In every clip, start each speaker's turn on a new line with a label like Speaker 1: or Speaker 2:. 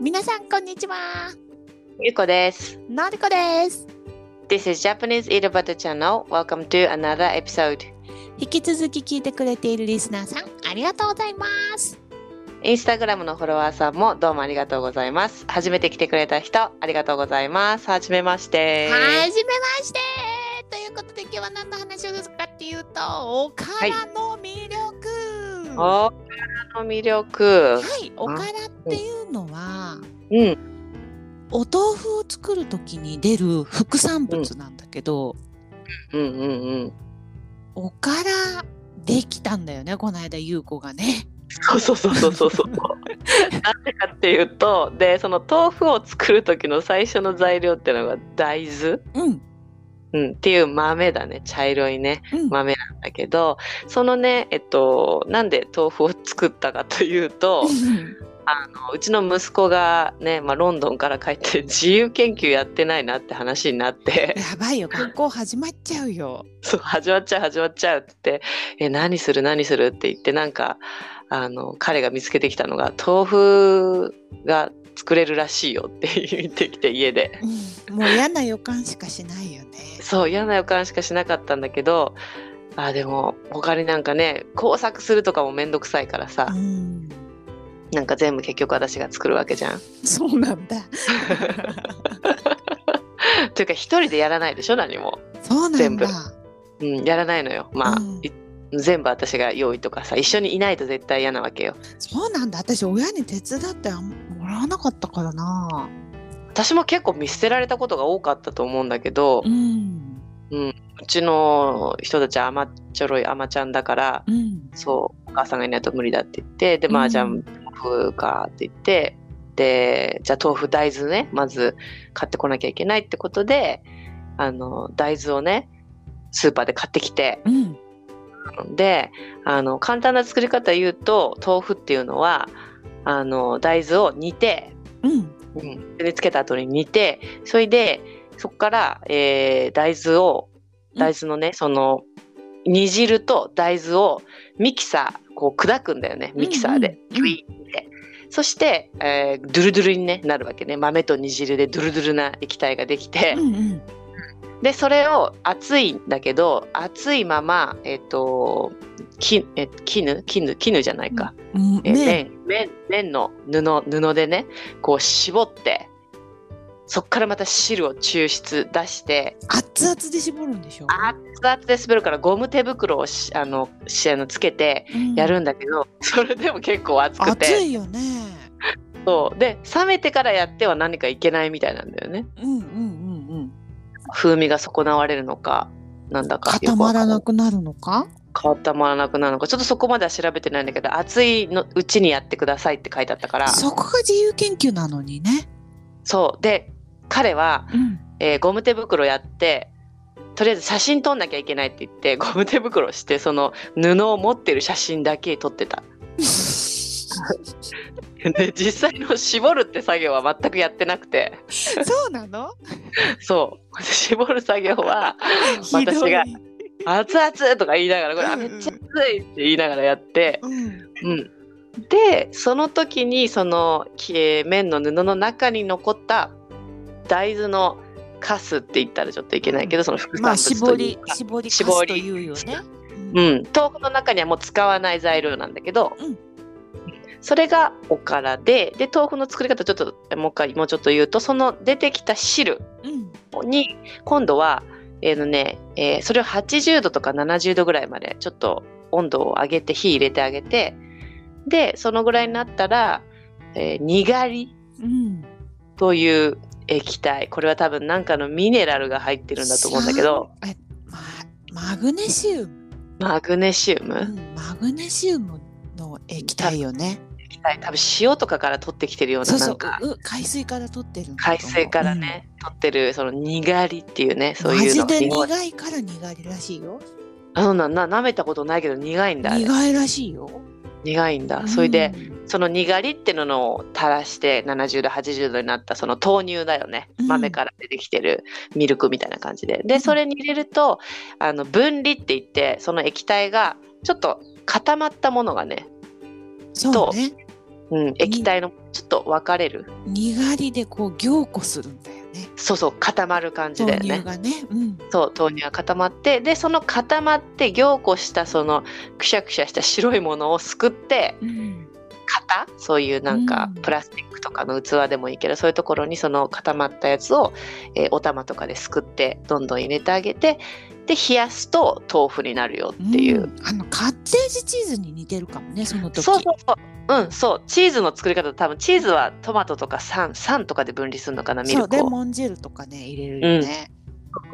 Speaker 1: 皆さんこんにちは。
Speaker 2: ゆこです。
Speaker 1: のりこです。
Speaker 2: This is Japanese Eat Butter Channel. Welcome to another episode.
Speaker 1: 引き続き聞いてくれているリスナーさん、ありがとうございます。
Speaker 2: インスタグラムのフォロワーさんもどうもありがとうございます。初めて来てくれた人、ありがとうございます。はじめまして。
Speaker 1: はじめましてということで今日は何の話をするかっていうと、おからの魅力、は
Speaker 2: おからの魅力
Speaker 1: い、。おからっていうのは、
Speaker 2: うん。
Speaker 1: お豆腐を作る時に出る副産物なんだけど、
Speaker 2: うんうんうん。
Speaker 1: おからできたんだよね、この間優子がね。
Speaker 2: そうそうそうそうそうそう。なんでかっていうと、で、その豆腐を作る時の最初の材料っていうのが大豆。
Speaker 1: うん、
Speaker 2: うん、っていう豆だね茶色いね
Speaker 1: うん、
Speaker 2: 豆なんだけどそのねえっとなんで豆腐を作ったかというとあのうちの息子がね、まあ、ロンドンから帰って自由研究やってないなって話になって
Speaker 1: やばいよ、学校始まっちゃうよ。
Speaker 2: そう始まっちゃう始まっちゃうって言って「え何する何する」って言ってなんかあの彼が見つけてきたのが豆腐が作れるらしいよって言ってきて家で。
Speaker 1: うんもう嫌な予感しかしないよね。
Speaker 2: そう嫌な予感しかしなかったんだけどあーでも他になんかね工作するとかもめんどくさいからさ、
Speaker 1: うん、
Speaker 2: なんか全部結局私が作るわけじゃん。
Speaker 1: そうなんだ。
Speaker 2: というか一人でやらないでしょ何も、
Speaker 1: そうなん
Speaker 2: 全部
Speaker 1: だ。
Speaker 2: うん、やらないのよまあ、
Speaker 1: うん
Speaker 2: い全部私が用意とかさ一緒にいないと絶対嫌なわけよ。
Speaker 1: そうなんだ。私親に手伝ってあんもらわなかったからな。、
Speaker 2: 私も結構見捨てられたことが多かったと思うんだけど、うんちの人たちは甘っちょろい甘ちゃんだから、
Speaker 1: うん、
Speaker 2: そうお母さんがいないと無理だって言ってで
Speaker 1: う
Speaker 2: まあ
Speaker 1: ん
Speaker 2: じゃあ豆腐かって言ってでじゃあ豆腐大豆ねまず買ってこなきゃいけないってことであの大豆をねスーパーで買ってきて
Speaker 1: うん、
Speaker 2: であの簡単な作り方言うと豆腐っていうのはあの大豆を煮て、
Speaker 1: うん、
Speaker 2: うん、でつけた後に煮てそれでそこから、えー大豆を大豆のね、その煮汁と大豆をミキサーこう砕くんだよねミキサーで、
Speaker 1: うんうん
Speaker 2: ギュイーってそして、えードゥルドゥルに、ね、なるわけね豆と煮汁でドゥルドゥルな液体ができて、
Speaker 1: うん、うん、
Speaker 2: でそれを熱いんだけど熱いままえっ、ときえ絹絹絹じゃないか、
Speaker 1: うん、
Speaker 2: えー
Speaker 1: ね、
Speaker 2: 綿綿綿の布布でねこう絞ってそっからまた汁を抽出出して
Speaker 1: 熱々で絞るんでしょ。
Speaker 2: 熱々で滑るからゴム手袋をしあのしあのつけて
Speaker 1: うん
Speaker 2: やるんだけど、それでも結構熱く
Speaker 1: 熱
Speaker 2: て
Speaker 1: いよね。
Speaker 2: そうで冷めてからやっては何かいけないみたいなんだよね
Speaker 1: うん、うん、うん、うん。
Speaker 2: 風味が損なわれるのかなんだかよ
Speaker 1: 固
Speaker 2: くわ
Speaker 1: ま
Speaker 2: からん
Speaker 1: なくなるのか。
Speaker 2: 固まらなくなるのかちょっとそこまでは調べてないんだけど熱いのうちにやってくださいって書いてあったから
Speaker 1: そこが自由研究なのにね。
Speaker 2: そうで彼は
Speaker 1: うん、
Speaker 2: えーゴム手袋やってとりあえず写真撮んなきゃいけないって言ってゴム手袋してその布を持ってる写真だけ撮ってたで実際の絞るって作業は全くやってなくて
Speaker 1: そうなの。
Speaker 2: そう絞る作業は
Speaker 1: ひどい
Speaker 2: 私が「熱々!」とか言いながら「これあ
Speaker 1: うん
Speaker 2: め
Speaker 1: う
Speaker 2: っ
Speaker 1: ん
Speaker 2: ちゃ熱い!」って言いながらやって、
Speaker 1: うん、
Speaker 2: うん、でその時にそのきえー綿の布の中に残った大豆のカスって言ったらちょっといけないけどその副
Speaker 1: まあ、
Speaker 2: 産物
Speaker 1: 絞
Speaker 2: という
Speaker 1: り
Speaker 2: か、、
Speaker 1: 絞り、
Speaker 2: 絞り
Speaker 1: というよね。
Speaker 2: う。ん、豆腐の中にはもう使わない材料なんだけど、
Speaker 1: うん
Speaker 2: それがおからでで豆腐の作り方ちょっとえもう一回もうちょっと言うとその出てきた汁
Speaker 1: うん、
Speaker 2: に今度は、えーのねえーそれを80度とか70度ぐらいまでちょっと温度を上げて火入れてあげてでそのぐらいになったら、えーにがり
Speaker 1: うん。
Speaker 2: という液体これは多分なんかのミネラルが入ってるんだと思うんだけど
Speaker 1: さん。え、ま、マグネシウム、
Speaker 2: マグネシウム、
Speaker 1: うんマグネシウムの液体よね。
Speaker 2: 液体多分塩とかから取ってきてるような
Speaker 1: そう
Speaker 2: な
Speaker 1: そ
Speaker 2: ん
Speaker 1: う
Speaker 2: か。
Speaker 1: う海水から取ってるんだと思
Speaker 2: 海
Speaker 1: う。
Speaker 2: 水からね、取ってるその苦りっていうね
Speaker 1: うん。
Speaker 2: そういうの
Speaker 1: マジで
Speaker 2: 苦い
Speaker 1: 苦いから苦いらしいよ。
Speaker 2: あのなな舐めたことないけど苦いんだあれ
Speaker 1: 苦いらしいよ。
Speaker 2: 苦いんだ、それでその苦りってののを垂らして70度80度になったその豆乳だよね
Speaker 1: うん
Speaker 2: 豆から出てきてるミルクみたいな感じで、
Speaker 1: うん
Speaker 2: でそれに入れるとあの分離って言ってその液体がちょっと固まったものがね
Speaker 1: うん、そうね。
Speaker 2: うん、液体のちょっと分かれる
Speaker 1: にがりでこう凝固するんだよね
Speaker 2: そうそう固まる感じだ
Speaker 1: 豆
Speaker 2: よ
Speaker 1: 乳
Speaker 2: ね
Speaker 1: がね、うん、
Speaker 2: そう豆乳が固まってでその固まって凝固したそのくしゃくしゃした白いものをすくって
Speaker 1: うん、
Speaker 2: 型そういうなんか
Speaker 1: うん
Speaker 2: プラスチックとかの器でもいいけど、そういうところにその固まったやつを、えーお玉とかですくってどんどん入れてあげてで冷やすと豆腐になるよっていう、
Speaker 1: んあのカッテージチーズに似てるかもねその時
Speaker 2: そうそうそううんそうチーズの作り方多分チーズはトマトとか酸酸とかで分離するのかなミ
Speaker 1: そ
Speaker 2: ル
Speaker 1: うレ
Speaker 2: クを
Speaker 1: モン汁とかね入れるよね、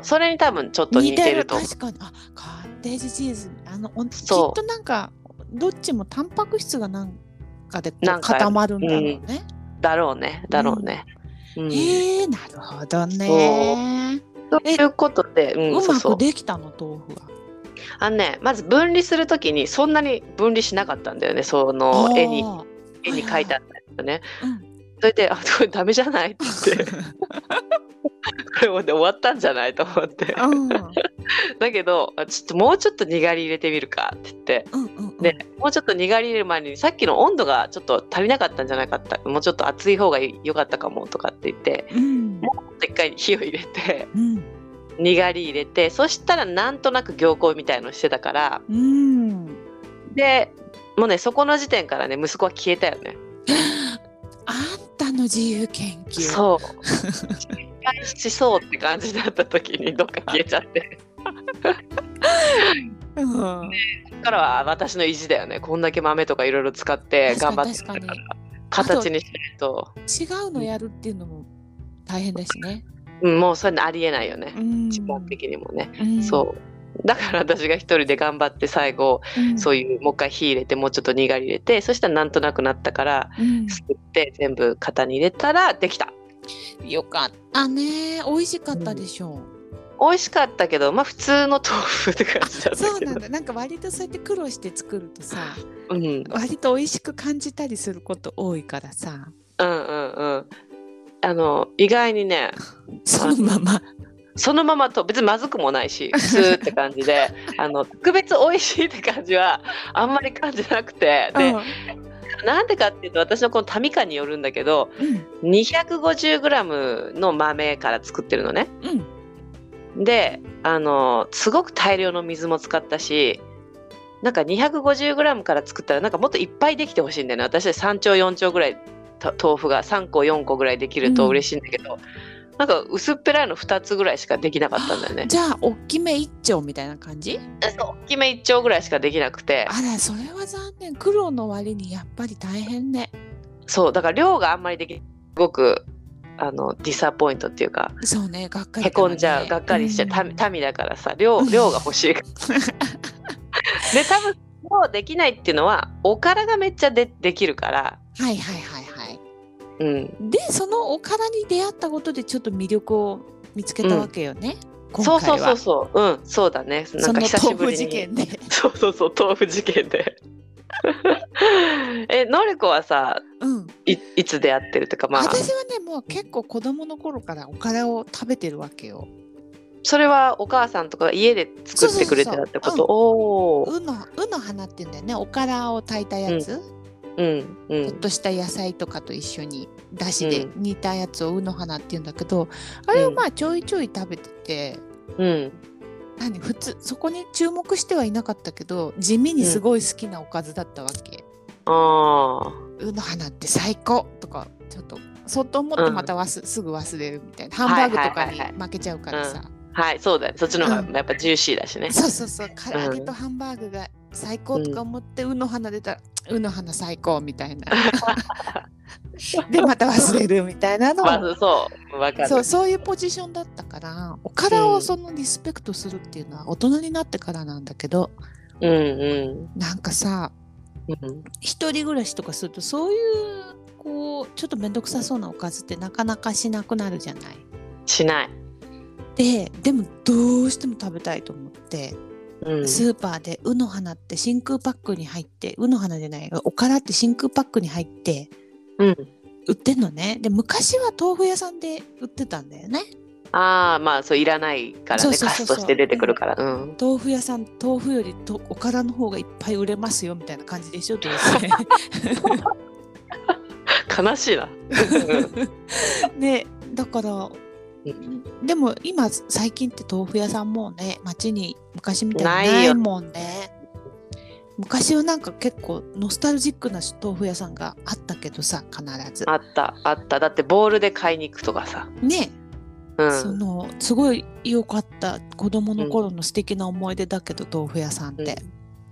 Speaker 2: それに多分ちょっと似てると
Speaker 1: 確かにあカッテージチーズあのおきっ
Speaker 2: そう
Speaker 1: となんかどっちもタンパク質がなんかでこう
Speaker 2: なんか
Speaker 1: 固まるんだろうね、
Speaker 2: だろうねだろうね。うん
Speaker 1: へえなるほどね
Speaker 2: ということで、
Speaker 1: う
Speaker 2: うん、そう
Speaker 1: ま
Speaker 2: そう
Speaker 1: くできたの豆腐は
Speaker 2: あのねまず分離するときにそんなに分離しなかったんだよねその絵に
Speaker 1: あ
Speaker 2: 絵に描いてあったやつね。
Speaker 1: ー
Speaker 2: それで「あこれダメじゃない?」って言ってこれもうで終わったんじゃないと思って
Speaker 1: うん、うん
Speaker 2: だけどあちょっともうちょっとにがり入れてみるかって言って
Speaker 1: うんうんうん
Speaker 2: でもうちょっとにがり入れる前にさっきの温度がちょっと足りなかったんじゃなかったもうちょっと熱い方が良かったかもとかって言って
Speaker 1: うん
Speaker 2: もっと一回火を入れて
Speaker 1: うん
Speaker 2: にがり入れてそしたらなんとなく凝固みたいのしてたから
Speaker 1: うん
Speaker 2: でもうねそこの時点からね息子は消えたよね。
Speaker 1: あんたの自由研究
Speaker 2: そう 失敗しそうって感じだった時にどっか消えちゃって
Speaker 1: うん、
Speaker 2: そっからは私の意地だよねこんだけ豆とかいろいろ使って頑
Speaker 1: 確
Speaker 2: 張
Speaker 1: か
Speaker 2: っ
Speaker 1: に
Speaker 2: て
Speaker 1: 確か
Speaker 2: きたか
Speaker 1: らに
Speaker 2: 形にしないと、
Speaker 1: 違うのやるっていうのも大変だしね。
Speaker 2: うん、もうそういうのありえないよね
Speaker 1: うん
Speaker 2: 基本的にもね、
Speaker 1: うん
Speaker 2: そうだから私が一人で頑張って最後、
Speaker 1: うん
Speaker 2: そういうもう一回火入れてもうちょっとにがり入れてそしたらなんとなくなったから
Speaker 1: うん
Speaker 2: すくって全部型に入れたらできた
Speaker 1: よかったね美味しかったでしょう、
Speaker 2: 美味しかったけどまあ普通の豆腐って感じだった
Speaker 1: そう
Speaker 2: け
Speaker 1: なん
Speaker 2: ど
Speaker 1: だなんか割とそうやって苦労して作るとさ
Speaker 2: うんうん
Speaker 1: 割と美味しく感じたりすること多いからさ
Speaker 2: うんうんあの意外にね
Speaker 1: そのまま
Speaker 2: そのままと別にまずくもな いし普通って感じであの特別美味しいって感じはあんまり感じなくてで、なんでかっていうと私のこのタミカによるんだけど
Speaker 1: うん
Speaker 2: 250g の豆から作ってるのね。
Speaker 1: うん
Speaker 2: であのすごく大量の水も使ったしなんか 250g から作ったらなんかもっといっぱいできてほしいんだよね私は3丁4丁ぐらいと豆腐が3個4個ぐらいできる
Speaker 1: う
Speaker 2: と
Speaker 1: ん
Speaker 2: 嬉しいんだけど、なんか薄っぺらいの2つぐらいしかできなかったんだよね。
Speaker 1: じゃあ大きめ一丁みたいな感じ
Speaker 2: そう大きめ1丁ぐらいしかできなくて
Speaker 1: あらそれは残念苦労の割にやっぱり大変ね
Speaker 2: そうだから量があんまりできすごくあのディサポイントっていうか
Speaker 1: そうねがっかり
Speaker 2: へこんじゃう、がっかりしちゃう
Speaker 1: た
Speaker 2: 民民だからさ量量が欲しいからで多分量できないっていうのはおからがめっちゃでできるから、
Speaker 1: はいはいはいはい
Speaker 2: うん、
Speaker 1: でそのおからに出会ったことでちょっと魅力を見つけたわけよね、今
Speaker 2: そう
Speaker 1: 回
Speaker 2: そうそう
Speaker 1: は
Speaker 2: そううんそうだねなんか久
Speaker 1: そ
Speaker 2: し
Speaker 1: の豆腐
Speaker 2: ぶり
Speaker 1: 事
Speaker 2: に
Speaker 1: 件で
Speaker 2: そうそうそう豆腐事件で えのりこはさ
Speaker 1: うん、
Speaker 2: いいつ出会ってるとかまあ
Speaker 1: 私はねもう結構子供の頃からおからを食べてるわけよ
Speaker 2: それはお母さんとかが家で作ってくれてたってこ
Speaker 1: そうそう
Speaker 2: とおお
Speaker 1: うのうの花っていうんだよねおからを炊いたやつ、
Speaker 2: うんう
Speaker 1: ちょっ
Speaker 2: ん
Speaker 1: とした野菜とかと一緒にだしで
Speaker 2: う
Speaker 1: 煮たやつをうの花っていうんだけど、あれをまあちょいちょい食べてて
Speaker 2: うん
Speaker 1: 何普通そこに注目してはいなかったけど地味にすごい好きなおかずだったわけ、
Speaker 2: ああ
Speaker 1: うの花って最高とかちょっとそっと思ってまた忘、すぐ忘れるみたいなハンバーグとか
Speaker 2: はいはいはい
Speaker 1: に負けちゃうからさ、
Speaker 2: はいそうだねそっちの方
Speaker 1: うん
Speaker 2: がやっぱジューシーだしね、
Speaker 1: そうそうそう唐揚げとハンバーグが最高とか思って、うの花出たらうの花最高みたいなでまた忘れるみたいなのを
Speaker 2: まずそうわかる
Speaker 1: そうそういうポジションだったからおからをそのリスペクトするっていうのは大人になってからなんだけど
Speaker 2: うんう
Speaker 1: なんかさ
Speaker 2: んうん
Speaker 1: 一人暮らしとかするとそういうこうちょっと面倒くさそうなおかずってなかなかしなくなるじゃない。
Speaker 2: しない、
Speaker 1: ででもどうしても食べたいと思って、
Speaker 2: うん、
Speaker 1: スーパーで「うの花」って真空パックに入って「うの花」じゃないおからって真空パックに入って
Speaker 2: うん
Speaker 1: 売ってんのねで昔は豆腐屋さんで売ってたんだよね
Speaker 2: ああまあそういらないから
Speaker 1: そう
Speaker 2: ね
Speaker 1: そう
Speaker 2: カ
Speaker 1: そうそう
Speaker 2: スとして出てくるからうん
Speaker 1: 豆腐屋さん豆腐 よりとおからの方がいっぱい売れますよみたいな感じでしょどうせ
Speaker 2: 悲しいな。
Speaker 1: ねだからでも今最近って豆腐屋さんもうね街に昔みたいに
Speaker 2: な
Speaker 1: ない
Speaker 2: よ
Speaker 1: いもんね昔はなんか結構ノスタルジックな豆腐屋さんがあったけどさ必ず
Speaker 2: あったあっただってボールで買いに行くとかさ。
Speaker 1: ね、
Speaker 2: う
Speaker 1: そ
Speaker 2: ん。
Speaker 1: のすごい良かった子供の頃の素敵な思い出だけど、豆腐屋さんって、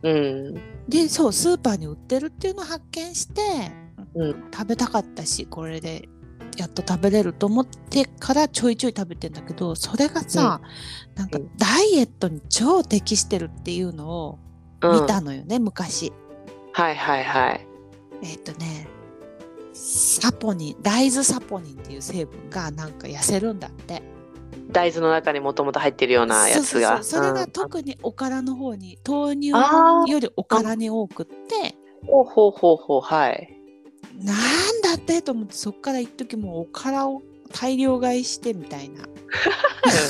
Speaker 2: うん。
Speaker 1: でそうスーパーに売ってるっていうのを発見して、
Speaker 2: うん
Speaker 1: 食べたかったしこれでやっと食べれると思ってからちょいちょい食べてんだけどそれがさ、なんか
Speaker 2: うん
Speaker 1: ダイエットに超適してるっていうのを
Speaker 2: うん
Speaker 1: 見たのよね、昔。
Speaker 2: はいはいはい。
Speaker 1: えっ、とねサポニン大豆サポニンっていう成分がなんか痩せるんだって
Speaker 2: 大豆の中にもともと入ってるようなやつが。
Speaker 1: そうそうそうそれが
Speaker 2: うん
Speaker 1: 特におからの方に豆乳
Speaker 2: あー
Speaker 1: よりおからに多くって
Speaker 2: ほうほうほうほうはい。
Speaker 1: なんだってと思ってそっから一時もうおからを大量買いしてみたいな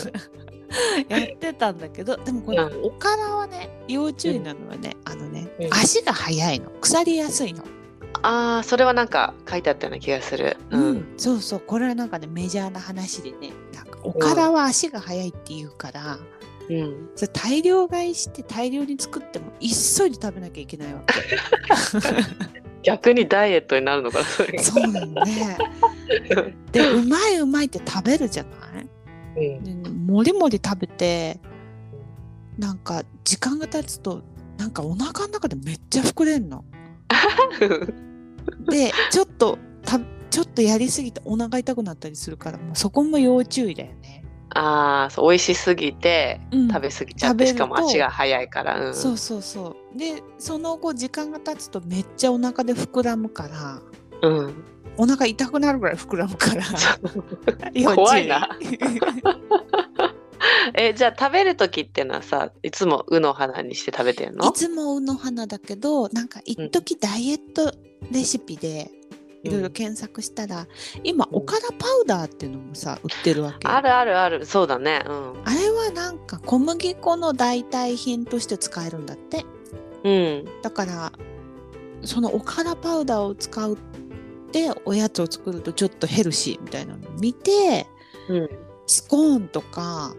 Speaker 1: やってたんだけどでもこれ
Speaker 2: う
Speaker 1: おからはね要注意なのはねあのね
Speaker 2: うん
Speaker 1: 足が速いの腐りやすいの、
Speaker 2: ああそれはなんか書いてあったような気がする。う。
Speaker 1: うんんそうそうこれはなんかねメジャーな話でねなんかおからは足が速いっていうから、
Speaker 2: うん。
Speaker 1: それ大量買いして大量に作っても急いで食べなきゃいけないわけ。
Speaker 2: 逆にダイエットになるのかなそれが。
Speaker 1: そうなのね。でうまいうまいって食べるじゃない
Speaker 2: うん
Speaker 1: でもりもり食べてなんか時間が経つとなんかお腹の中でめっちゃ膨れんの。でちょっとたちょっとやりすぎてお腹痛くなったりするからもうそこも要注意だよね。
Speaker 2: ああそう美味しすぎて
Speaker 1: うん
Speaker 2: 食べ過ぎちゃっ
Speaker 1: 食べ
Speaker 2: て
Speaker 1: る
Speaker 2: し
Speaker 1: と
Speaker 2: かも足が速いから。うん。
Speaker 1: そうそうそう。でその後時間が経つとめっちゃお腹で膨らむから
Speaker 2: うん。
Speaker 1: お腹痛くなるぐらい膨らむから
Speaker 2: そう
Speaker 1: 要注意
Speaker 2: 怖いなえじゃあ食べる時ってのはさいつも「う」の花にして食べてんの
Speaker 1: いつもうの花だけどなんか一時ダイエットレシピでいろいろ検索したら、今
Speaker 2: うん
Speaker 1: おからパウダーっていうのもさ売ってるわけ
Speaker 2: あるあるあるそうだねうん
Speaker 1: あれはなんか小麦粉の代替品として使えるんだって
Speaker 2: うん
Speaker 1: だからそのおからパウダーを使うっておやつを作るとちょっとヘルシーみたいなのを見て
Speaker 2: うん
Speaker 1: スコーンとか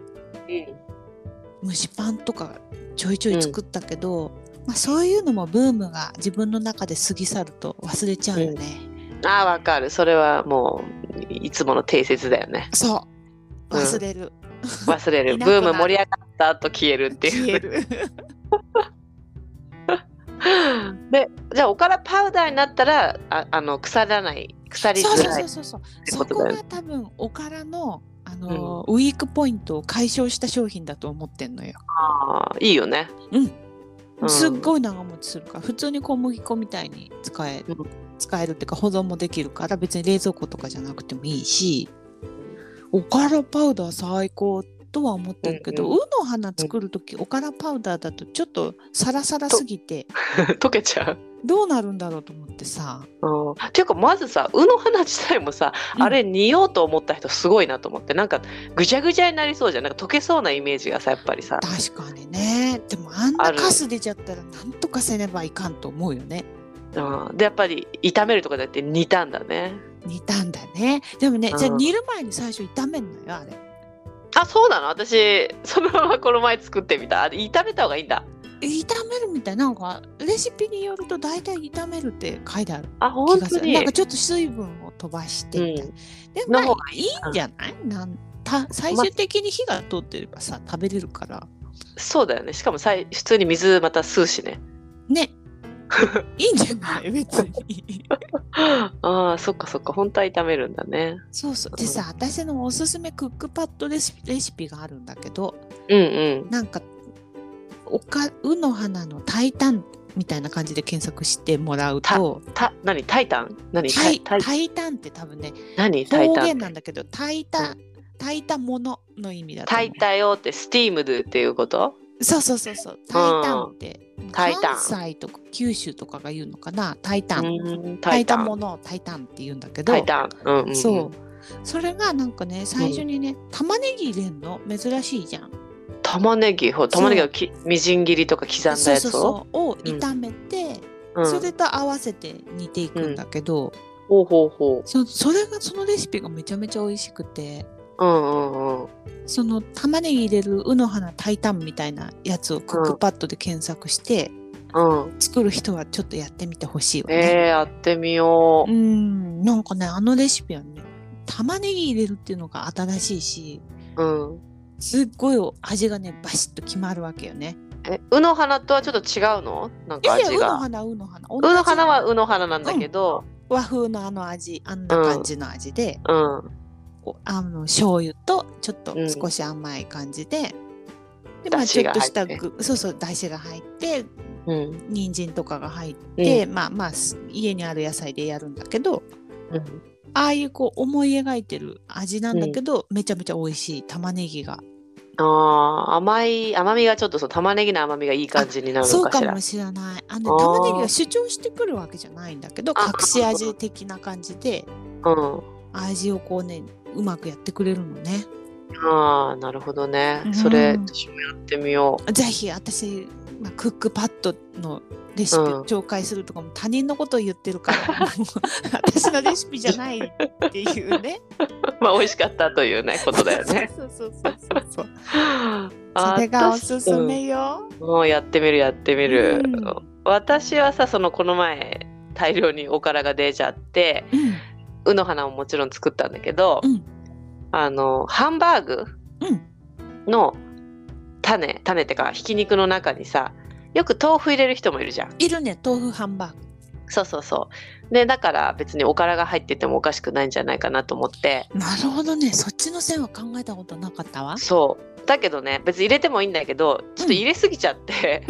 Speaker 2: うん
Speaker 1: 蒸しパンとかちょいちょい作ったけど、まあ、そういうのもブームが自分の中で過ぎ去ると忘れちゃうよね、
Speaker 2: ああわかるそれはもういつもの定説だよね
Speaker 1: そう
Speaker 2: うん
Speaker 1: 忘れる、
Speaker 2: 忘れる
Speaker 1: いなくな
Speaker 2: ブ
Speaker 1: る
Speaker 2: ーム盛り上がった後消えるってい
Speaker 1: 消
Speaker 2: う
Speaker 1: える
Speaker 2: でじゃあおからパウダーになったらああの腐らない腐り
Speaker 1: そう
Speaker 2: づ
Speaker 1: そ
Speaker 2: らいう
Speaker 1: そうそう
Speaker 2: てこ
Speaker 1: そ
Speaker 2: と
Speaker 1: こ
Speaker 2: だよね
Speaker 1: が多分おからのあのー、ウィークポイントを解消した商品だと思ってんのよ
Speaker 2: あーいいよね
Speaker 1: うん、
Speaker 2: うん
Speaker 1: すっごい長持ちするから普通に小麦粉みたいに使える、
Speaker 2: うん
Speaker 1: 使えるっていうか保存もできるから別に冷蔵庫とかじゃなくてもいいしおからパウダー最高とは思ってるけど、う
Speaker 2: うんうん
Speaker 1: の花作る時おからパウダーだとちょっとサラサラすぎて
Speaker 2: 溶けちゃう
Speaker 1: どうなるんだろうと思ってさ
Speaker 2: うんていうかまずさ「う」の花自体もさ、
Speaker 1: うん
Speaker 2: あれ煮ようと思った人すごいなと思ってなんかぐちゃぐちゃになりそうじゃんなんか溶けそうなイメージがさやっぱりさ
Speaker 1: 確かにねでもあん
Speaker 2: あ
Speaker 1: な
Speaker 2: る
Speaker 1: カス出ちゃったらなんとかせねばいかんと思うよね
Speaker 2: うん、でやっぱり炒めるとかだって煮たんだね
Speaker 1: 煮たんだねでもね、じゃあ
Speaker 2: うん
Speaker 1: 煮る前に最初炒めんのよあれ
Speaker 2: あそうなの私そのままこの前作ってみたあれ炒めた方がいいんだ
Speaker 1: 炒めるみたいなんかレシピによると大体炒めるって書いてある
Speaker 2: あ
Speaker 1: 気
Speaker 2: 本
Speaker 1: が
Speaker 2: 当
Speaker 1: する
Speaker 2: に
Speaker 1: なんかちょっと水分を飛ばしてみたいな、でも
Speaker 2: の
Speaker 1: ま
Speaker 2: 方
Speaker 1: あいいんじゃないなんた最終的に火が通ってればさ食べれるから
Speaker 2: そうだよねしかもさい普通に水また吸うしね
Speaker 1: ねいいんじゃない別 に
Speaker 2: ああそっかそっか本当は炒めるんだね
Speaker 1: そうそうでさ私のおすすめクックパッドレシピレシピがあるんだけど
Speaker 2: うんうん
Speaker 1: なんかおかうの花の炊いたんみたいな感じで検索してもらうと
Speaker 2: た何タイタン何
Speaker 1: たい
Speaker 2: タイ
Speaker 1: 炊いたんって多分ね
Speaker 2: 何タイ
Speaker 1: 方
Speaker 2: タ
Speaker 1: 言
Speaker 2: ン
Speaker 1: なんだけど炊いた、炊いたものの意味だと思う
Speaker 2: 炊いたよってスティームドゥっていうこと
Speaker 1: そうそうそうそう炊いたんって、
Speaker 2: 炊いたん
Speaker 1: 関西とか九州とかが言うのかな炊いたん、
Speaker 2: うん
Speaker 1: 炊いた
Speaker 2: ン
Speaker 1: ものを炊いたんって言うんだけど
Speaker 2: タイタンうんうん
Speaker 1: そうそれがなんかね最初にね、玉ねぎ入れんの珍しいじゃん
Speaker 2: 玉ねぎほう玉ねぎをきみじん切りとか刻んだ
Speaker 1: そう
Speaker 2: や
Speaker 1: そう
Speaker 2: つを
Speaker 1: そうを炒めて、
Speaker 2: うん
Speaker 1: それと合わせて煮ていくんだけど、
Speaker 2: ほうほうほ
Speaker 1: そそれがそのレシピがめちゃめちゃ美味しくて
Speaker 2: う。うんうんうん。
Speaker 1: その玉ねぎ入れるうの花炊いたんみたいなやつをクックパッドで検索して、
Speaker 2: うん、
Speaker 1: 作る人はちょっとやってみてほしいわ
Speaker 2: え
Speaker 1: ね。
Speaker 2: ー、やってみよ
Speaker 1: う
Speaker 2: う。
Speaker 1: んなんかねあのレシピはね玉ねぎ入れるっていうのが新しいし
Speaker 2: うん。
Speaker 1: すっごい味がねバシッと決まるわけよね。
Speaker 2: え、うの花とはちょっと違うのなん
Speaker 1: い
Speaker 2: か
Speaker 1: やい
Speaker 2: 味
Speaker 1: やうの
Speaker 2: が。
Speaker 1: 花うの花
Speaker 2: うの花は
Speaker 1: 同
Speaker 2: うの花なんだけど、
Speaker 1: じ和風のあの味あんな感じの味で、
Speaker 2: うん、
Speaker 1: こうあの醤油とちょっと
Speaker 2: うん
Speaker 1: 少し甘い感じで、でまあ
Speaker 2: 出
Speaker 1: ち
Speaker 2: 汁
Speaker 1: ょっ
Speaker 2: が
Speaker 1: と
Speaker 2: 入
Speaker 1: し
Speaker 2: ってね
Speaker 1: た具そうそうだしが入って
Speaker 2: うん、
Speaker 1: 人参とかが入って、まあまあす家にある野菜でやるんだけど
Speaker 2: うん、
Speaker 1: ああいうこう思い描いてる味なんだけど、めちゃめちゃ美味しい玉ねぎが
Speaker 2: あー甘い甘みがちょっとそう玉ねぎの甘みがいい感じになる
Speaker 1: そ
Speaker 2: の
Speaker 1: う
Speaker 2: か
Speaker 1: か
Speaker 2: しら
Speaker 1: もしれないあ
Speaker 2: あ
Speaker 1: の
Speaker 2: ー
Speaker 1: 玉ねぎが主張してくるわけじゃないんだけど
Speaker 2: あ
Speaker 1: 隠し味的な感じで
Speaker 2: うん
Speaker 1: 味をこうねうまくやってくれるのね
Speaker 2: ああなるほどね、
Speaker 1: うん
Speaker 2: それ私もやってみよ
Speaker 1: ぜひ私、まあ、クックパッドのレシピ
Speaker 2: うん
Speaker 1: 紹介するとかも他人のことを言ってるから もう私のレシピじゃないっていうね。
Speaker 2: う まあ美味しかったというねことだよね
Speaker 1: そうそうそうそうそう。
Speaker 2: あー
Speaker 1: それがおすすめよ。
Speaker 2: 私もうやってみるやってみる、
Speaker 1: うん
Speaker 2: 私はさそのこの前大量におからが出ちゃって
Speaker 1: うん
Speaker 2: うの花ももちろん作ったんだけど、
Speaker 1: うん
Speaker 2: あのハンバーグ
Speaker 1: うん
Speaker 2: の種種ってかひき肉の中にさよく豆腐入れる人もいるじゃん
Speaker 1: いるね豆腐ハンバーグ。
Speaker 2: そうそうそうでだから別におからが入っててもおかしくないんじゃないかなと思って
Speaker 1: なるほどねそっちの線は考えたことなかったわ。
Speaker 2: そうだけどね別に入れてもいいんだけどちょっと入れすぎちゃ って、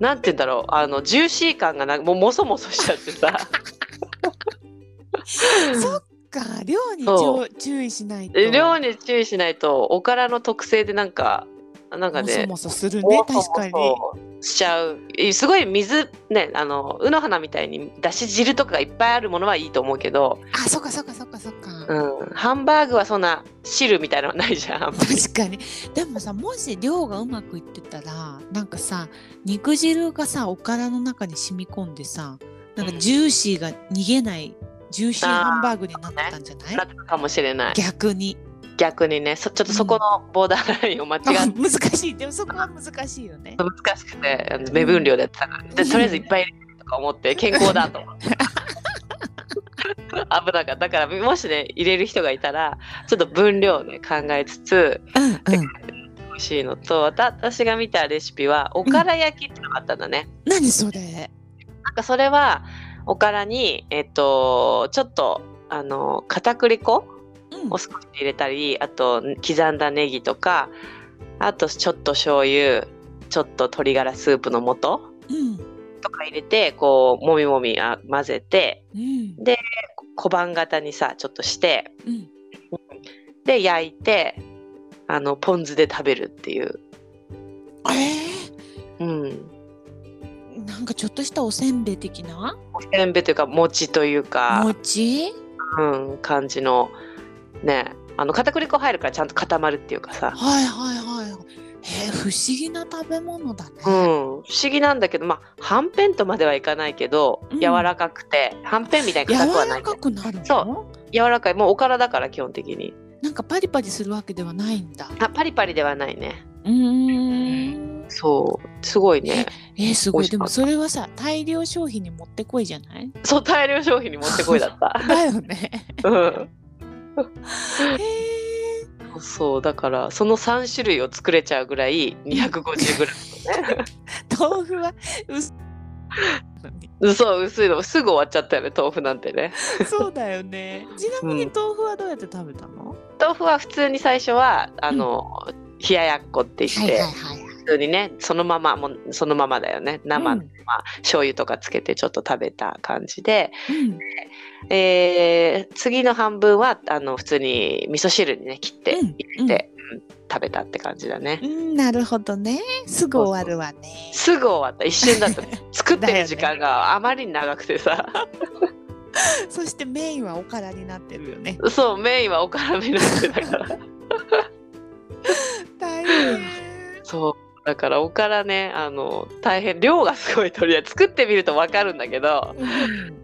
Speaker 2: なんて言うんだろうあのジューシー感がなんかもうもそもそしちゃっ てさ
Speaker 1: そっか量に
Speaker 2: そ
Speaker 1: 注注意しないと。
Speaker 2: で量に注意しないとおからの特性でなんかなんか
Speaker 1: もそ
Speaker 2: ね
Speaker 1: もそするね確かに。
Speaker 2: しちゃうえすごい水ねあのうの花みたいにだし汁とかがいっぱいあるものはいいと思うけど、
Speaker 1: あそっかそっかそっかそっか。
Speaker 2: うん、ハンバーグはそんな汁みたいなのはないじゃんあんまり
Speaker 1: 確かにでもさもし量がうまくいってたらなんかさ肉汁がさおからの中に染み込んでさなんかジューシーが逃げないジューシー
Speaker 2: あー
Speaker 1: ハンバーグになってたんじゃな
Speaker 2: ないったかもしれない
Speaker 1: 逆に
Speaker 2: 逆にねそちょっとそこのボーダーラインを間違って
Speaker 1: 難しいでもそこは難しいよね
Speaker 2: 難しくてあの目分量でやってたからでとりあえずいっぱい入れるとか思って健康だと思って危なかっただからもしね入れる人がいたらちょっと分量をね考えつつ
Speaker 1: うんうん
Speaker 2: 美味しいのとわた私が見たレシピはおから焼きってのがあったんだね、
Speaker 1: 何それ
Speaker 2: なんかそれはおからにえっとちょっとあの片栗粉
Speaker 1: うん
Speaker 2: を少し入れたりあと刻んだネギとかあとちょっと醤油ちょっと鶏ガラスープの素
Speaker 1: うん
Speaker 2: とか入れてこうもみもみあ混ぜて
Speaker 1: うん
Speaker 2: 小判型にさちょっとして
Speaker 1: うん
Speaker 2: で焼いてあのポン酢で食べるっていう、
Speaker 1: え
Speaker 2: うん、
Speaker 1: ー、なんかちょっとしたおせんべい的な
Speaker 2: おせんべいというか餅というか
Speaker 1: 餅
Speaker 2: うん、感じのねあの片栗粉入るからちゃんと固まるっていうかさ、
Speaker 1: はいはいはいはいえー、不思議な食べ物だね、
Speaker 2: うん、不思議なんだけどまあはんぺんとまではいかないけど、
Speaker 1: うん
Speaker 2: 柔らかくてはんぺんみたいに
Speaker 1: 柔
Speaker 2: 硬くはな
Speaker 1: ら
Speaker 2: いけど
Speaker 1: かくなるの
Speaker 2: そ柔らかいもうおからだから基本的に
Speaker 1: なんかパリパリするわけではないんだ。
Speaker 2: あパリパリではないね
Speaker 1: うーん。
Speaker 2: そうすごいね
Speaker 1: えー、すご
Speaker 2: 美味
Speaker 1: い。で
Speaker 2: しかった
Speaker 1: もそれはさ、大量消費に持ってこいじゃない
Speaker 2: そう大量消費に持ってこいだっ た
Speaker 1: だよ ね。
Speaker 2: うん
Speaker 1: へー
Speaker 2: そうだからその3種類を作れちゃうぐらい 250g ね
Speaker 1: 豆腐は薄
Speaker 2: 嘘薄いのすぐ終わっちゃったよね豆腐なんてね
Speaker 1: そうだよね。ちなみに
Speaker 2: うん
Speaker 1: 豆腐はどうやって食べたの、
Speaker 2: 豆腐は普通に最初はあの、冷ややっこって言って、
Speaker 1: はい。
Speaker 2: 普通にねそのままもうそのままだよね生の、
Speaker 1: うん
Speaker 2: まあ、醤油とかつけてちょっと食べた感じで、
Speaker 1: うん。
Speaker 2: えー次の半分はあの普通に味噌汁にね切って
Speaker 1: うん
Speaker 2: 入れて、うん食べたって感じだね
Speaker 1: う。ん、なるほどね。すぐ終わるわね。
Speaker 2: すぐ終わった一瞬だった 作って
Speaker 1: だよ
Speaker 2: る
Speaker 1: ね
Speaker 2: 時間があまりに長くてさ
Speaker 1: そしてメインはおからになってるよね。
Speaker 2: そうメインは おからみなんてだから
Speaker 1: 大変。
Speaker 2: そうだからおからねあの大変量がすごいとりあえず作ってみると分かるんだけど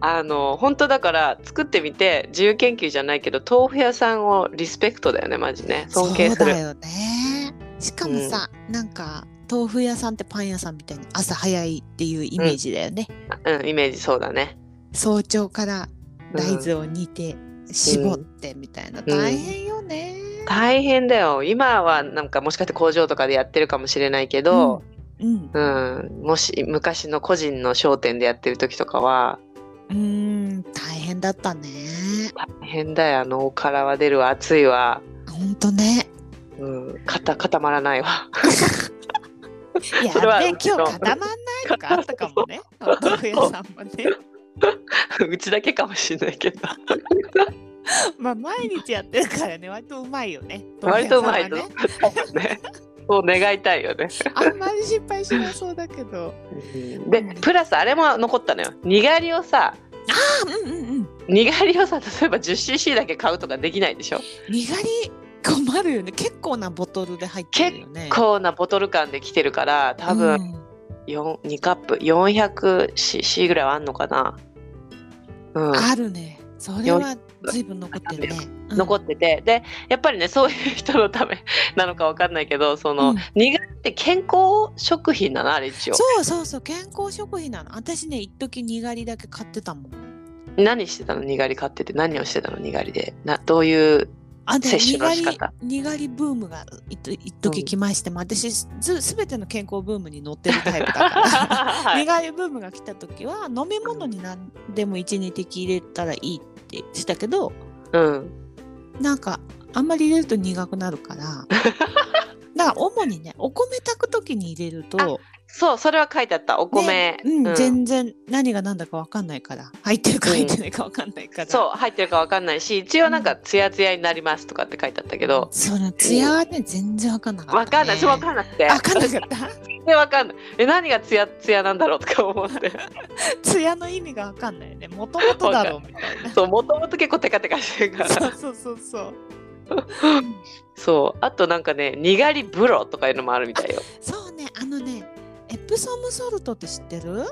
Speaker 2: あの本当だから作ってみて自由研究じゃないけど豆腐屋さんをリスペクトだよねマジね尊敬す
Speaker 1: そうだ
Speaker 2: る
Speaker 1: よねしかもさ、なんか豆腐屋さんってパン屋さんみたいに朝早いっていうイメージだよね、
Speaker 2: う、ん、イメージそうだね
Speaker 1: 早朝から大豆を煮て、絞ってみたいな、大変よね、
Speaker 2: 大変だよ今はなんかもしかして工場とかでやってるかもしれないけど、
Speaker 1: うん
Speaker 2: うんもし昔の個人の商店でやってる時とかは
Speaker 1: うん大変だったね
Speaker 2: 大変だよあのおからは出るわ熱いわ、
Speaker 1: ほんとね
Speaker 2: うん、固固まらないわ
Speaker 1: いや
Speaker 2: それは
Speaker 1: ね
Speaker 2: うち
Speaker 1: 今
Speaker 2: の
Speaker 1: 日固まんないとかあったかもね豆腐屋さんもね
Speaker 2: うちだけかもしれないけど
Speaker 1: まあ毎日やってるからね割とうまいよね
Speaker 2: 割とうまい
Speaker 1: 豆
Speaker 2: と
Speaker 1: 腐屋さんはね
Speaker 2: ね。そう願いたいよね。
Speaker 1: あんまり失敗しなそうだけど。
Speaker 2: でプラスあれも残ったのよ。にがりをさ
Speaker 1: あ、うんうんうん。
Speaker 2: にがりをさ例えば 10cc だけ買うとかできないでしょ。
Speaker 1: にがり困るよね。結構なボトルで入ってるよね。
Speaker 2: こうなボトル感で来てるから多
Speaker 1: う
Speaker 2: 分
Speaker 1: ん
Speaker 2: 4 2カップ 400cc ぐらいはあんのかな。うん、
Speaker 1: あるね。それはずいぶん残ってるね。うん
Speaker 2: 残っててでやっぱりねそういう人のためなのかわかんないけどその、
Speaker 1: うん
Speaker 2: にがりって健康食品なのあれ一応
Speaker 1: そうそうそう健康食品なの。私ね一時にがりだけ買ってたもん。
Speaker 2: 何してたのにがり買ってて何をしてたのにがりでなどう いう
Speaker 1: あで
Speaker 2: 摂
Speaker 1: に
Speaker 2: 取の
Speaker 1: が
Speaker 2: 仕
Speaker 1: り
Speaker 2: 方
Speaker 1: にがりブームがいっと一時来まして、も私すすべての健康ブームに乗ってるタイプだから。
Speaker 2: は
Speaker 1: にがりブームが来た時は飲み物に何でも一二滴入れたらいいってしたけど、
Speaker 2: うん、
Speaker 1: なんかあんまり入れると苦くなる からだから主にねお米炊く時に入れると
Speaker 2: そうそれは書いてあったお米、
Speaker 1: ねうん
Speaker 2: うん
Speaker 1: 全然何が何だか分かんないから入ってるか入ってないか分かんないから、
Speaker 2: そう入ってるかわかんないし一応なんかツヤツヤになりますとかって書いてあったけど、
Speaker 1: そのツヤはね全然分かんなかった、ね、
Speaker 2: わかんないそうわかんなくて
Speaker 1: 分かんなかった
Speaker 2: 全然わかんないえ何がツヤツヤなんだろうとか思って
Speaker 1: ツヤの意味が分かんないよねもともとだろうみたい な
Speaker 2: そうもともと結構テカテカしてるか
Speaker 1: そう
Speaker 2: ら
Speaker 1: そうそうそう
Speaker 2: そうあとなんかねにがり風呂とかいうのもあるみたいよ
Speaker 1: そうねあのねエプソムソルトって知ってる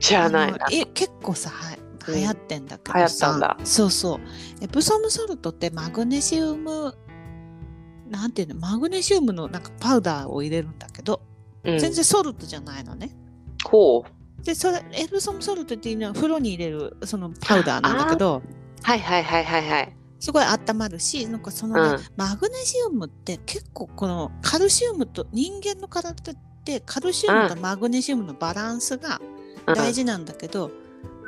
Speaker 2: 知らない
Speaker 1: あのえ結構さは
Speaker 2: うん
Speaker 1: 流行ってんだけどさ、
Speaker 2: 流行ったんだ
Speaker 1: そうそうエプソムソルトってマグネシウムなんていうのマグネシウムのなんかパウダーを入れるんだけど、
Speaker 2: うん
Speaker 1: 全然ソルトじゃないのね
Speaker 2: ほう
Speaker 1: でそれエプソムソルトっていうのは風呂に入れるそのパウダーなんだけど
Speaker 2: はいはいはいはいはい
Speaker 1: すごい温まるしなんかそのね、
Speaker 2: うん
Speaker 1: マグネシウムって結構このカルシウムと人間の体ってカルシウムとマグネシウムのバランスが
Speaker 2: うん
Speaker 1: 大事なんだけど、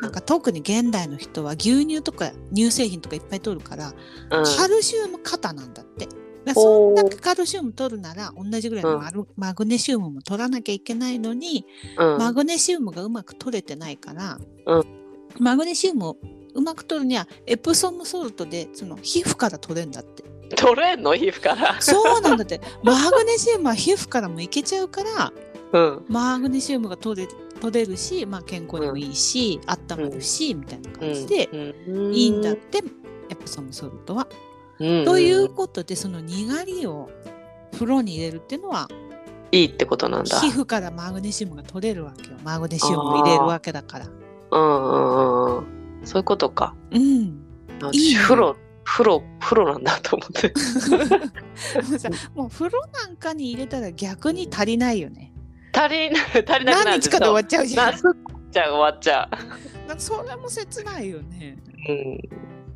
Speaker 1: なんか特に現代の人は牛乳とか乳製品とかいっぱい取るから、
Speaker 2: うん
Speaker 1: カルシウム過多なんだって。だからそ
Speaker 2: ほ
Speaker 1: ん
Speaker 2: う
Speaker 1: だけカルシウム取るなら同じぐらいのマルマグネシウムも取らなきゃいけないのに、
Speaker 2: うん
Speaker 1: マグネシウムがうまく取れてないから、
Speaker 2: うん
Speaker 1: マグネシウムをうまく取るにはエプソムソルトでその皮膚から取れんだって。
Speaker 2: 取れんの皮膚から
Speaker 1: そうなんだっ て。マグネシウムは皮膚からもいけちゃうから、
Speaker 2: うん
Speaker 1: マグネシウムが取れ取れるし、まあ、健康にもいいし、温まるし、みたいな感じで、
Speaker 2: うん
Speaker 1: いいんだってエプソムソルトは。
Speaker 2: うん
Speaker 1: ということでそのにがりを風呂に入れるっていうのはい
Speaker 2: いってことなんだ
Speaker 1: 皮膚からマグネシウムが取れるわけよマグネシウムを入れるわけだから。
Speaker 2: うんうんうんうんそういうことか
Speaker 1: うん、いいね
Speaker 2: 風呂風呂風呂なんだと思 って
Speaker 1: もうさもう風呂なんかに入れたら逆に足りないよね。
Speaker 2: 足りな足りなくなる
Speaker 1: 何日かで終わ
Speaker 2: っ
Speaker 1: っちゃうじ
Speaker 2: ちゃ
Speaker 1: ゃ。
Speaker 2: うんそうなじゃあ終わっちゃ
Speaker 1: なんか それも切ないよね。
Speaker 2: う、うん、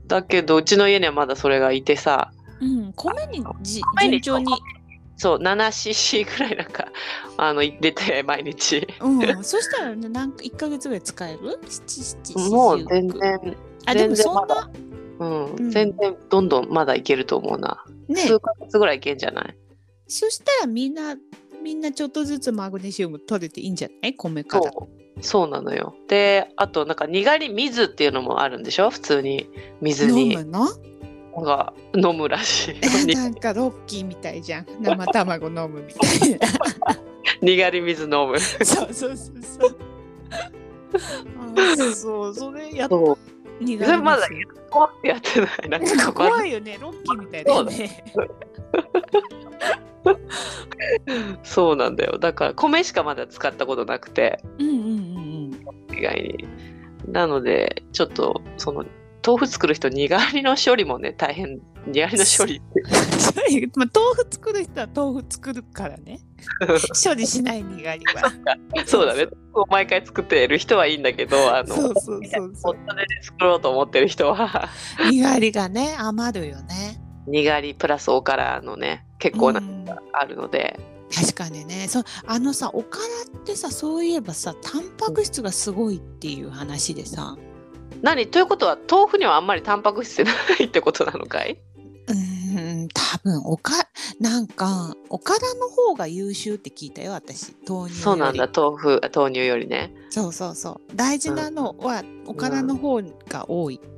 Speaker 2: だけどうちの家にはまだそれがいてさ
Speaker 1: うん、米にじ
Speaker 2: 米
Speaker 1: 順
Speaker 2: に
Speaker 1: 調に、
Speaker 2: そう 7cc ぐらいなんかあの入れて毎日
Speaker 1: うん、そしたらねなんか1か月ぐらい使える七七四
Speaker 2: もう
Speaker 1: 四
Speaker 2: 全
Speaker 1: 六
Speaker 2: 然
Speaker 1: あでも
Speaker 2: 全然
Speaker 1: そんな
Speaker 2: まだうん、
Speaker 1: うん
Speaker 2: 全然どんどんまだいけると思うな、
Speaker 1: ね
Speaker 2: 数ヶ月ぐらいいけんじゃない
Speaker 1: そしたらみんなみんなちょっとずつマグネシウム取れていいんじゃない米か
Speaker 2: そ
Speaker 1: ら。
Speaker 2: うそうなのよであとなんかにがり水っていうのもあるんでしょ普通に水に
Speaker 1: 飲むの
Speaker 2: なんか飲むらしいに
Speaker 1: なんかロッキーみたいじゃん生卵飲むみた いな
Speaker 2: にがり水飲む
Speaker 1: そうそうそうそうあそうそれやっ
Speaker 2: そう
Speaker 1: 苦
Speaker 2: それまだ怖くてやってないなんかここ
Speaker 1: 怖いよねロッキーみたいだよね
Speaker 2: そうなんだよだから米しかまだ使ったことなくて
Speaker 1: うんうんうんうん。
Speaker 2: 以外になのでちょっとその豆腐作る人にがりの処理もね大変にがりの処理って
Speaker 1: それまあ、豆腐作る人は豆腐作るからね。 処理しないにが りは。
Speaker 2: そうだね。豆腐を毎回作ってる人はいいんだけどあの
Speaker 1: そうそうそう
Speaker 2: お
Speaker 1: そう。
Speaker 2: 金で作ろうと思ってる人は
Speaker 1: にがりがね、余るよね。
Speaker 2: にがりプラスおからのね結構な、
Speaker 1: うん
Speaker 2: あるので
Speaker 1: 確かにねそうあのさおからってさそういえばさタンパク質がすごいっていう話でさ
Speaker 2: 何ということは豆腐にはあんまりタンパク質ってないってことなのかいう
Speaker 1: ーん多分おかなんかおからの方が優秀って聞いたよ私豆乳より
Speaker 2: そうなんだ豆腐あ豆乳よりね
Speaker 1: そうそうそう大事なのはおからの方が多いって、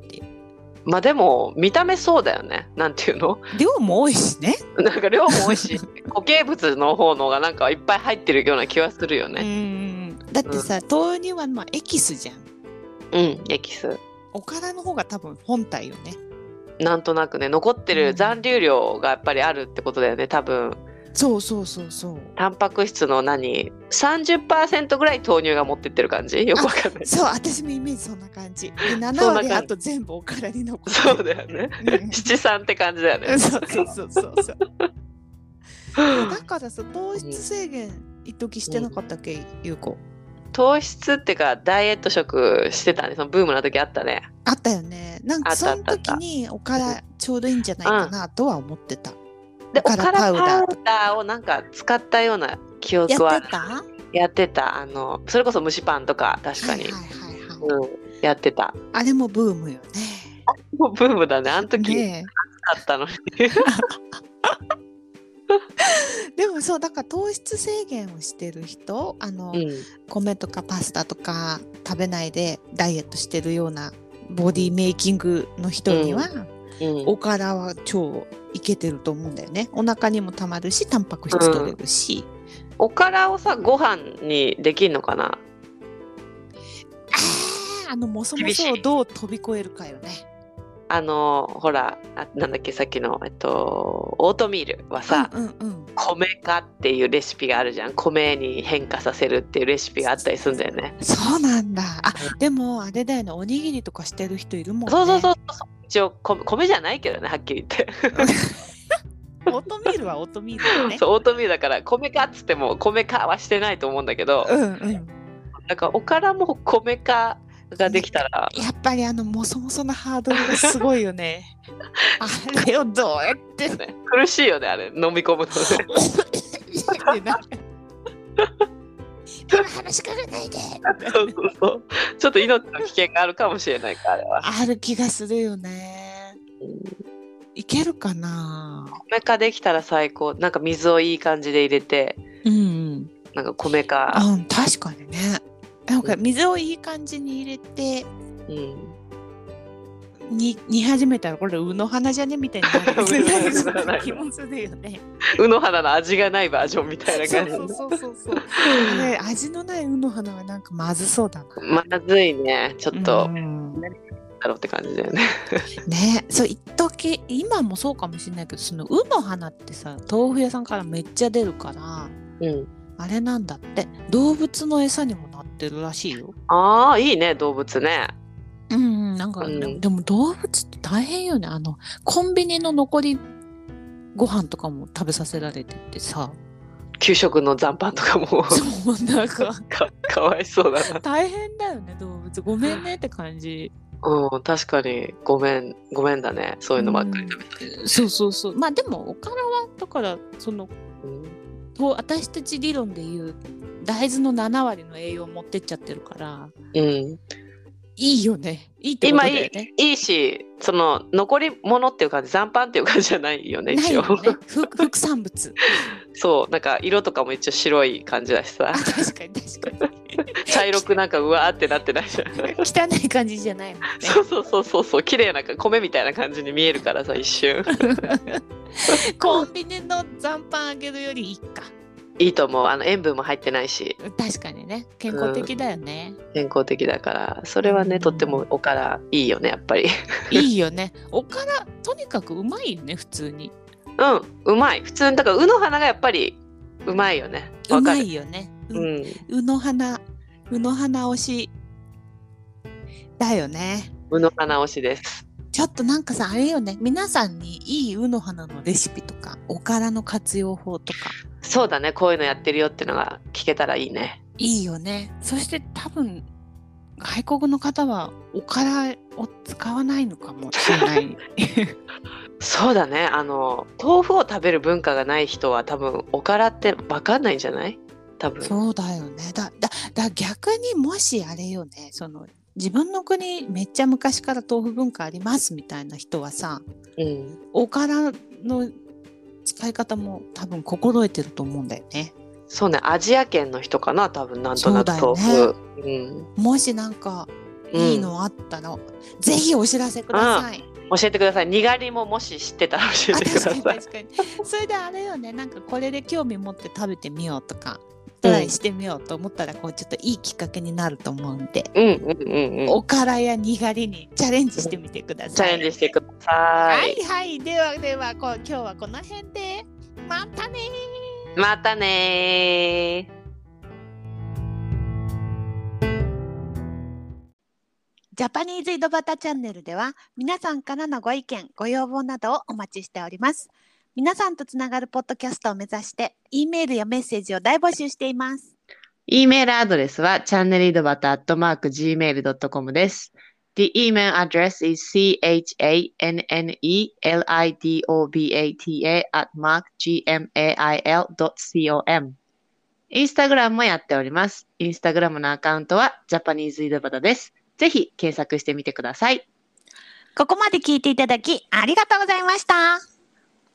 Speaker 2: まあでも見た目そうだよねなんていうの
Speaker 1: 量も多いしね
Speaker 2: なんか量も多いし固形物の方のがなんかいっぱい入ってるような気はするよ
Speaker 1: う
Speaker 2: ね
Speaker 1: んだってさ、豆乳はまあエキスじゃん
Speaker 2: うん、エキス
Speaker 1: おからの方が多分本体よね
Speaker 2: なんとなくね残って
Speaker 1: う
Speaker 2: る
Speaker 1: ん
Speaker 2: 残留量がやっぱりあるってことだよね多分
Speaker 1: そうそうそうそう
Speaker 2: タンパク質の何30%ぐらい豆乳が持ってってる感じよくわかんな い
Speaker 1: そう私のイメージそんな感じで7
Speaker 2: そんな
Speaker 1: 割あ
Speaker 2: 感じ
Speaker 1: と全部おからに残って
Speaker 2: そうだよね
Speaker 1: うん
Speaker 2: 七三って感じだよね
Speaker 1: そうそうそうそうそう。だからさ糖質制限一時してなかったっけ、ゆうこ。
Speaker 2: 糖質ってかダイエット食してたねそのブームの時あったね
Speaker 1: あったよね。なん
Speaker 2: あ
Speaker 1: か
Speaker 2: った
Speaker 1: そ
Speaker 2: あっ
Speaker 1: の
Speaker 2: たあっ
Speaker 1: 時
Speaker 2: た
Speaker 1: におからちょうどいいんじゃないかなとは思ってた。お
Speaker 2: でお
Speaker 1: か
Speaker 2: かららパウ
Speaker 1: パ
Speaker 2: ダ
Speaker 1: ウ
Speaker 2: ーをなんか使ったような記憶
Speaker 1: やっ
Speaker 2: は
Speaker 1: てた？は
Speaker 2: やってたあのそれこそ蒸しパンとか確
Speaker 1: いは
Speaker 2: か
Speaker 1: いはい
Speaker 2: に、
Speaker 1: はい。
Speaker 2: うん、やってた
Speaker 1: あれもブームよね。
Speaker 2: もうブームだねあの時だ
Speaker 1: ね
Speaker 2: ったのに、
Speaker 1: えでもそうだから糖質制限をしてる人あの、
Speaker 2: うん、
Speaker 1: 米とかパスタとか食べないでダイエットしてるようなボディメイキングの人には、
Speaker 2: うん
Speaker 1: おからは超いけてると思うんだよねお腹にもたまるしタンパク質取れるし、
Speaker 2: おからをさご飯にできんのかな
Speaker 1: あーあのもそも
Speaker 2: 厳し
Speaker 1: そを
Speaker 2: い
Speaker 1: どう飛び越えるかよね
Speaker 2: あのほらあなんだっけさっきのえっとオートミールはさ、
Speaker 1: うんうんうん
Speaker 2: 米化っていうレシピがあるじゃん米に変化させるっていうレシピがあったりするんだよね
Speaker 1: そうなんだあでもあれだよねおにぎりとかしてる人いるもんね
Speaker 2: そうそうそうそう一応米米じゃないけどねはっきり言って
Speaker 1: オートミールはオートミールだよね
Speaker 2: そうオートミールだから米かっつっても米かはしてないと思うんだけど、
Speaker 1: うんうん
Speaker 2: なんかおからも米かができたら
Speaker 1: やっぱりあのもそもそのハードルがすごいよね あれをどうやってね
Speaker 2: 苦しいよねあれ飲み込むの ね
Speaker 1: ってなる今話しかけないで
Speaker 2: そうそうそうちょっと命の危険があるかもしれないからあれは
Speaker 1: ある気がするよね。いけるかな。
Speaker 2: 米かできたら最高なんか水をいい感じで入れて
Speaker 1: うん、うん、
Speaker 2: なんか米か、
Speaker 1: 確かにね。なんか水をいい感じに入れて、
Speaker 2: うん、
Speaker 1: に、煮始めたら、これ、うの花じゃねみたいになる
Speaker 2: うの 花
Speaker 1: そんな気もするよね。
Speaker 2: うの花の味がないバージョンみたいな
Speaker 1: そう
Speaker 2: 感じ
Speaker 1: そうそうそうそう。あれ味のないうの花はなんかまずそうだな。
Speaker 2: まずいねちょっと、
Speaker 1: うん
Speaker 2: だろうって感じだよね
Speaker 1: ね、そう一時今もそうかもしれないけどそのうの花ってさ豆腐屋さんからめっちゃ出るから
Speaker 2: うん
Speaker 1: あれなんだって動物の餌にもなってるらしいよ。
Speaker 2: ああいいね動物ね
Speaker 1: うんうん、なんか、
Speaker 2: うん
Speaker 1: でも動物って大変よねあのコンビニの残りご飯とかも食べさせられててさ
Speaker 2: 給食の残飯とかも
Speaker 1: そうなんか
Speaker 2: か かわいそうだな
Speaker 1: 大変だよね動物ごめんねって感じ
Speaker 2: うん、確かにごめんごめんだねそういうのばっかり食べて、
Speaker 1: そうそうそうまあでもおからはだからその
Speaker 2: うん
Speaker 1: と私たち理論で言う大豆の7割の栄養を持ってっちゃってるから
Speaker 2: うん、
Speaker 1: いいよねいいってことだよね
Speaker 2: いいしその残り物っていう感じ残飯っていう感じじゃないよね
Speaker 1: ない
Speaker 2: 一応
Speaker 1: よね副副産物
Speaker 2: そうなんか色とかも一応白い感じだしさ
Speaker 1: あ確かに確かに
Speaker 2: 茶色くなんかうわーってなってないじゃん
Speaker 1: 汚い感じじゃないもんね
Speaker 2: そうそうそうそうそう綺麗なんか米みたいな感じに見えるからさ一瞬
Speaker 1: コンビニの残飯あげるよりいいか
Speaker 2: いいと思うあの塩分も入ってないし
Speaker 1: 確かにね健康的だよね、
Speaker 2: 健康的だからそれはね、
Speaker 1: うん
Speaker 2: とってもお からいいよねやっぱり
Speaker 1: いいよねおからとにかくうまいよね普通に
Speaker 2: うんうまい普通にだからうの花がやっぱりうまいよね
Speaker 1: う
Speaker 2: わか
Speaker 1: ま
Speaker 2: る
Speaker 1: いよね。う
Speaker 2: うん
Speaker 1: うの花、うの花推しだよね。
Speaker 2: うの花推しです
Speaker 1: ちょっとなんかさ、あれよね、皆さんにいいうの花のレシピとか、おからの活用法とか、
Speaker 2: そうだねこういうのやってるよってのが聞けたらいいね
Speaker 1: いいよね。そして多分、外国の方はおからを使わないのかもしれない。
Speaker 2: そうだねあの豆腐を食べる文化がない人は多分おからって分かんないんじゃない多分
Speaker 1: そうだよね。だ、だ、だ逆にもしあれよね、その、自分の国めっちゃ昔から豆腐文化ありますみたいな人はさ、
Speaker 2: うん
Speaker 1: おからの使い方も多分心得てると思うんだよね。
Speaker 2: そうねアジア圏の人かな多分なんとなく
Speaker 1: そう
Speaker 2: 豆
Speaker 1: だよ
Speaker 2: 腐うん、
Speaker 1: もしなんか
Speaker 2: うん
Speaker 1: いいのあったら、ぜひお知らせください。
Speaker 2: 教えてくださいにがりももし知ってたら教え
Speaker 1: あ
Speaker 2: てくだ
Speaker 1: 確
Speaker 2: さ
Speaker 1: か
Speaker 2: い
Speaker 1: に確かに。それであれよねなんかこれで興味持って食べてみようとかトライしてみようと思ったら、こうちょっといいきっかけになると思うんで、
Speaker 2: うんうんうんうん
Speaker 1: おからやにがりにチャレンジしてみてくだ
Speaker 2: チャ
Speaker 1: さい。
Speaker 2: レンジしてくださ
Speaker 1: はいいはいではではこう今日はこの辺でまたねー
Speaker 2: またねー
Speaker 1: ジャパニーズ井戸端チャンネルでは皆さんからのご意見ご要望などをお待ちしております皆さんとつながるポッドキャストを目指して E メールやメッセージを大募集しています
Speaker 2: E メールアドレスは channelidobata.gmail.com です。The email address is chanelidobata at mark gmail.com インスタグラムもやっております。インスタグラムのアカウントはジャパニーズイドバタです。ぜひ検索してみてください。
Speaker 1: ここまで聞いていただきありがとうございました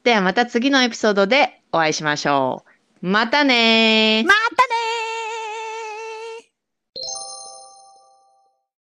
Speaker 2: ではまた次のエピソードでお会いしましょう。またねー
Speaker 1: またね